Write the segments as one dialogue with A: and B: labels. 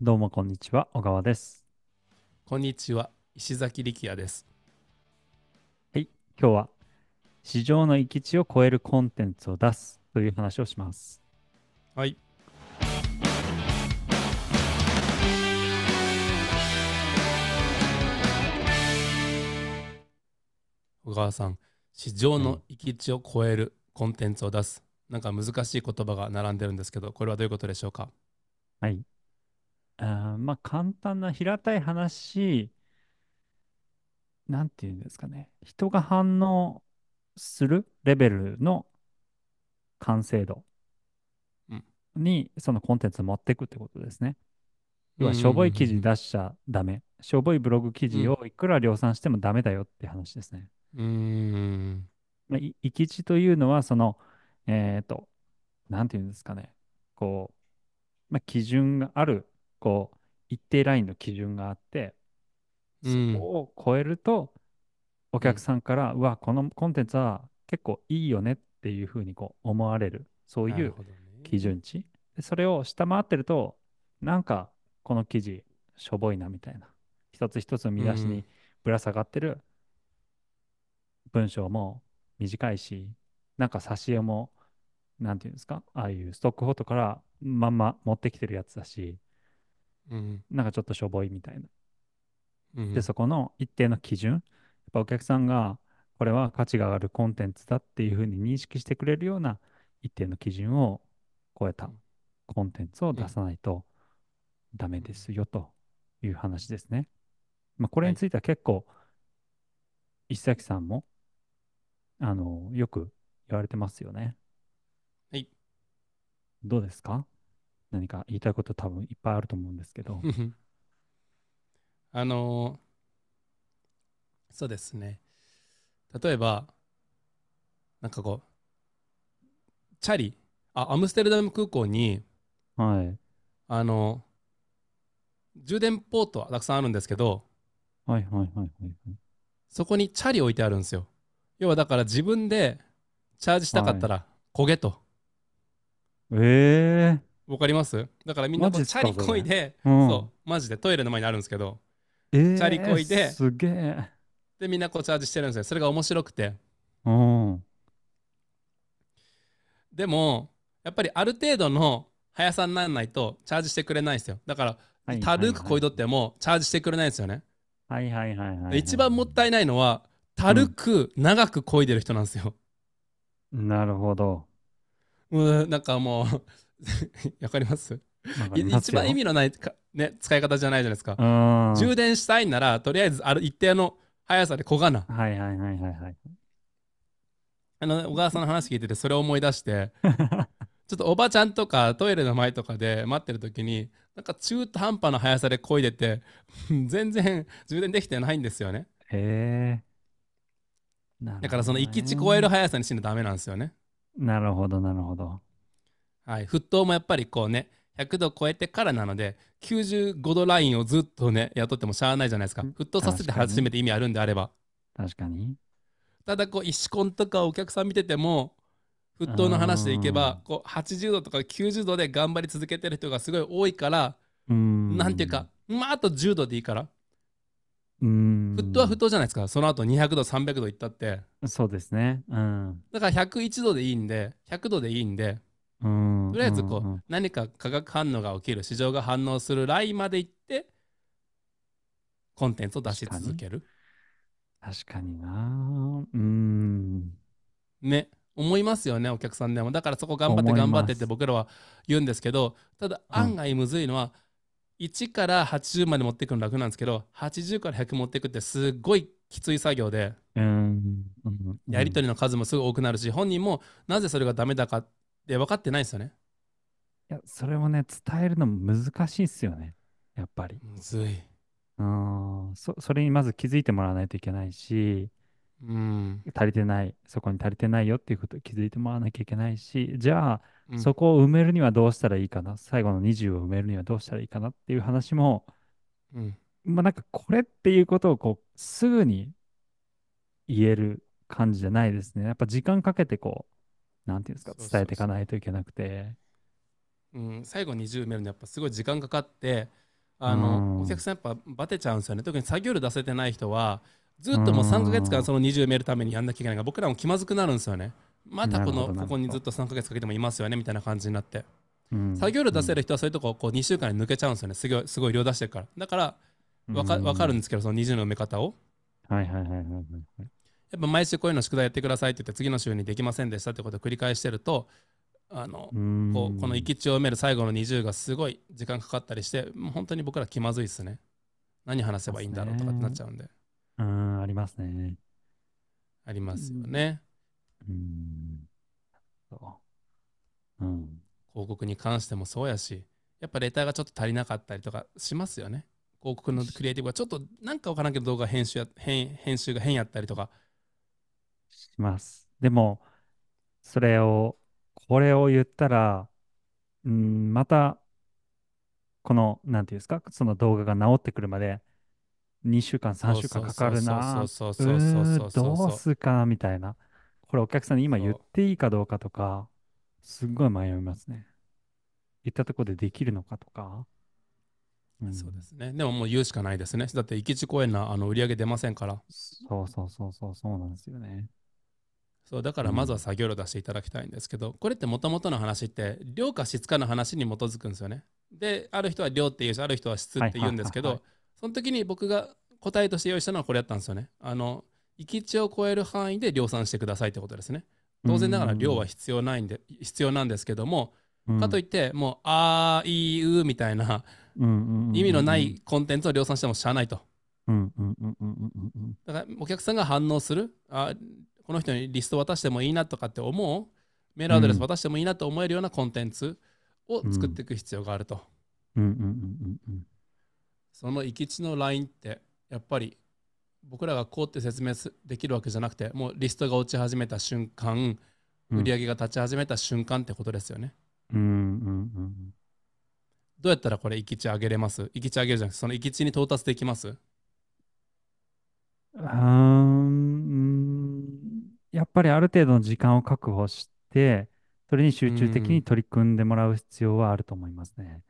A: どうもこんにちは、小川です。
B: こんにちは石崎力也です
A: 今日は市場の域地を超えるコンテンツを出すという話をします。
B: はい小川さん市場の域地を超えるコンテンツを出す、なんか難しい言葉が並んでるんですけどこれはどういうことでしょうか
A: はい。あーまあ簡単な平たい話、なんていうんですかね。人が反応するレベルの完成度
B: うん
A: にそのコンテンツを持っていくってことですね。要は
B: うんうん
A: しょぼい記事出しちゃダメ。しょぼいブログ記事をいくら量産してもダメだよって話ですね。
B: うーん
A: まあ、い域地というのは、その、えっと、なんていうんですかね、こう、まあ、基準がある、こう、一定ラインの基準があって、
B: う
A: そ
B: ん
A: こを超えると、お客さんから、うわ、このコンテンツは結構いいよねっていうふうにこう思われる、そう
B: ないる
A: う
B: ほどね
A: 基準値。でそれを下回ってると、なんか、この記事、しょぼいなみたいな、一つ一つの見出し
B: う
A: に
B: ん
A: ぶら下がってる文章も短いし、なんか挿絵も、なんていうんですか、ああいうストックフォトからまんま持ってきてるやつだし、
B: うん
A: なんかちょっとしょぼいみたいな。
B: うん
A: で、そこの一定の基準、やっぱお客さんが、これは価値が上がるコンテンツだっていうふうに認識してくれるような一定の基準を超えた
B: うん
A: コンテンツを出さないとダメですよという話ですね。まあ、これ
B: はい
A: については結構、石崎さんも、あの、よく言われてますよね。
B: はい
A: どうですか何か言いたいこと多分いっぱいあると思うんですけ ど。
B: あのーそうですね例えばなんかこうチャリあアムステルダム空港に
A: はい。
B: あのー充電ポートはたくさんあるんですけど
A: はいはいはいはいはい。
B: そこにチャリ置いてあるんですよ要はだから自分でチャージしたかったら焦げと、
A: ええ
B: わかりますだからみんな
A: マ
B: こ
A: ジ
B: う
A: っす
B: チ
A: か
B: ャリこいで
A: うん
B: そうマジでトイレの前にあるんですけど
A: えー、
B: チャリこいです
A: げえ。
B: でみんなこうチャージしてるんですよそれが面白くて
A: うん。は
B: でもやっぱりある程度の速さにならないとチャージしてくれないんですよだから、
A: いはい
B: 軽くこいどってもチャージしてくれないんですよね、
A: はいはいはいはい、
B: で一番もったいないのは軽く長くこいでる人なんですよ、
A: なるほど。
B: うーんなんかもう わかります
A: わか
B: い
A: ります
B: 一番
A: よ
B: 意味のないか、ね、使い方じゃないじゃないですか、
A: うん。はい
B: 充電したいならとりあえずある一定の速さでこがな
A: はいはいはいはい。
B: あの小川さんの話聞いててそれを思い 出してちょっとおばちゃんとかトイレの前とかで待ってる時になんか中途半端な速さで漕いでて 全然充電できてないんですよね
A: へえなるほどね
B: だからその行き地超える。速さにしないとダメなんですよね
A: なるほどなるほど。
B: はい沸騰もやっぱりこうね100度超えてからなので95度ラインをずっとね雇ってもしゃあないじゃないですか
A: うん
B: 沸騰させて初めて意味あるんであれば
A: 確かに。
B: ただこう石コンとかお客さん見てても沸騰の話でいけばこう80度とか90度で頑張り続けてる人がすごい多いから
A: うん。
B: なんていうか、まああと10度でいいから、
A: うん。
B: 沸騰は沸騰じゃないですか、その後200度、300度いったって、
A: そうですね。うん。
B: だから101度でいいんで、100度でいいんで、
A: うん。
B: とりあえずこう、
A: んん
B: 何か化学反応が起きる、市場が反応するラインまでいって、コンテンツを出し続ける。
A: 確かにな。うん。
B: ね、思いますよね、お客さんでも。だからそこ頑張っ
A: 思
B: て
A: います
B: 頑張ってって僕らは言うんですけど、ただ案外むずいのは、1から80まで持っていくの楽なんですけど、80から100持っていくってすっごいきつい作業で。
A: うん。うん
B: やり取りの数もすぐ多くなるし、本人もなぜそれがダメだかって分かってないですよね。
A: いや、それをね、伝えるのも難しいっすよね。やっぱり。
B: むずい。
A: うん。そ、それにまず気づいてもらわないといけないし、
B: うん。
A: 足りてない、そこに足りてないよっていうことを気づいてもらわなきゃいけないし、じゃ
B: う
A: あ、
B: ん
A: そこを埋めるにはどうしたらいいかな、最後の20を埋めるにはどうしたらいいかなっていう話も、
B: うん
A: まあなんかこれっていうことをこう、すぐに言える感じじゃないですね。やっぱ時間かけてこう、なんていうんですか、
B: そうそう
A: 伝えていかないといけなくて。
B: うん最後20埋めるのやっぱすごい時間かかって、
A: う
B: あのお
A: ん。
B: 客さんやっぱバテちゃうんですよね特に作業料出せてない人はず
A: う
B: っともう3ヶ月間
A: ん。
B: その20埋めるためにやんなきゃいけないから僕らも気まずくなるんですよねまた
A: な
B: こ
A: るほ
B: の
A: ど、
B: こ
A: なる
B: こ
A: ほ
B: にずっ
A: ど。
B: と3ヶ月かけてもいますよねみたいな感じになって
A: う
B: 作
A: ん。
B: 業料
A: う
B: 出せる
A: ん。
B: 人はそういうとここう2週間で抜けちゃうんですよねすごいすごい量出してるからだから
A: う
B: わかわかるんで
A: ん。
B: すけどその20の埋め方を
A: はいはいはいはいはいはい。
B: やっぱ毎週こういうの宿題やってくださいって言って次の週にできませんでしたってことを繰り返してるとあの
A: う
B: こうこの
A: ん。
B: 行き地を埋める最後の20がすごい時間かかったりしてもう本当に僕ら気まずいっすね何話せ
A: ま
B: ばいい
A: す
B: んだろうとかってなっ
A: ね。
B: ちゃうんで
A: うん、ありますね。
B: ありま
A: う
B: すよ
A: ん。
B: ね
A: うんそう。うん。
B: 広告に関してもそうやしやっぱレターがちょっと足りなかったりとかしますよね広告のクリエイティブがちょっとなんかわからんけど動画編集や編編集が変やったりとか
A: します。でも、それを、これを言ったら、うん、また、この、なんていうんですか、その動画が治ってくるまで、2週間、
B: そう
A: 3週間
B: そう
A: かか
B: そう
A: る
B: そうそう
A: な
B: そう
A: ぁ、
B: そうそう
A: う
B: そ
A: ー、
B: うそう
A: どう
B: そう
A: すかな、みたいな。これお客さんに今言っ
B: そ
A: ていいかどうかとか、すっごい迷いますね。言ったところでできるのかとか。う
B: うそうで
A: ん。
B: すねでももう言うしかないですねだって行き地公園のあの売り上げ出ませんから
A: そうそうそうそう、そうなんですよね。
B: そうだか
A: う
B: らまずは
A: ん。
B: 作業料出していただきたいんですけどこれってもともとの話って量か質かの話に基づくんですよねである人は量って言うしある人は質っ
A: はい
B: て言
A: は
B: うん
A: い
B: です
A: は
B: け
A: いはい。
B: どその時に僕が答えとして用意したのはこれやったんですよねあの域値を超える範囲で量産してくださいってことですね
A: うー
B: 当然ながら量は
A: ん。
B: 必要ないんで必要なんですけども
A: う
B: かとい
A: ん。
B: ってもうあいうみたいな
A: うんうん
B: 意味の
A: うんう
B: なん
A: う
B: い
A: ん。
B: コンテンツを量産してもしゃあないと
A: うんうんうんうんうんうんうん
B: だからお客さんが反応するあこの人にリスト渡してもいいなとかって思うメ
A: う
B: ールアドレス
A: ん
B: 渡してもいいなと思えるようなコンテンツを
A: う
B: 作っ
A: ん
B: ていく必要があると
A: うんうんうんうん
B: その行き地のラインってやっぱり僕らがこうって説明すできるわけじゃなくてもうリストが落ち始めた瞬間
A: う
B: 売り
A: ん
B: 上げが立ち始めた瞬間ってことですよね
A: うんうんうん
B: どうやったらこれ行き地上げれます行き地上げるじゃなくてその行き地に到達できます
A: うんうんうーんやっぱりある程度の時間を確保してそれに
B: う
A: 集中的に
B: ん
A: 取り組んでもらう必要はあると思いますね。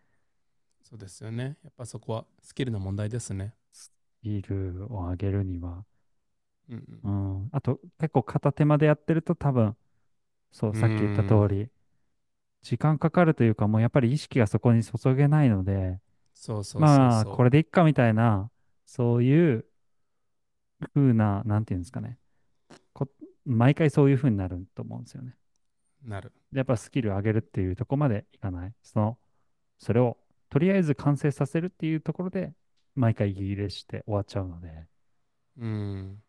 B: そうですよねやっぱそこはスキルの問題ですね
A: スキルを上げるには。
B: う
A: うんん、あと結構片手間でやってると多分そう
B: う
A: さっき言った通
B: ん
A: り時間かかるというかもうやっぱり意識がそこに注げないので
B: そうそうそう
A: まあ
B: そ
A: こ
B: う
A: れでいっかみたいなそういう風ななんていうんですかねこ毎回そういう風になると思うんですよね。
B: なる。
A: やっぱスキル上げるっていうところまでいかない。その、それをとりあえず完成させるっていうところで、毎回息切れして終わっちゃうので、っ
B: うん。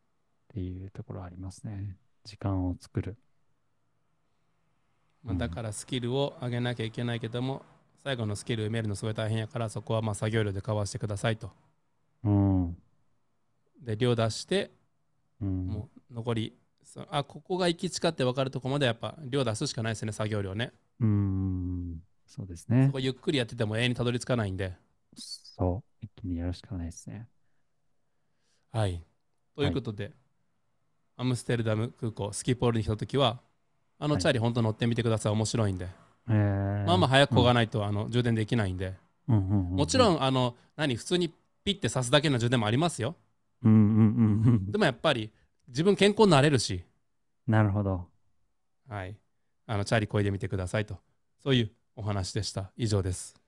A: ていうところありますね。時間を作る。
B: ま
A: う
B: あ、だ
A: ん。
B: からスキルを上げなきゃいけないけども、最後のスキル埋めるのすごい大変やから、そこはまあ作業量でカバーしてくださいと。
A: うん。
B: で、量出して、
A: うん。
B: もう残り、そあ、ここが行き地かって分かるとこまでやっぱ量出すしかないですね、作業量ね。
A: うん。そうです
B: そ
A: ね。
B: こゆっくりやってても永遠にたどり着かないんで。
A: そう。一気にやるしかないですね。
B: はい。とい
A: は
B: う
A: い。
B: ことで、アムステルダム空港、スキーポールに来たときは、あの
A: は
B: チ
A: い。
B: ャーリー本当乗ってみてください。面白いんで。
A: え
B: まあ
A: ー、
B: まあ早く
A: う
B: 漕が
A: ん。
B: ないとあの充電できないんで。
A: うん。うん。
B: もち
A: うん。
B: ろん、あの、何、普通にピッて刺すだけの充電もありますよ。
A: うん。うん。うんうんうん
B: でもやっぱり自分健康になれるし、
A: なるほど。
B: はい、あのチャリこいでみてくださいと、そういうお話でした。以上です。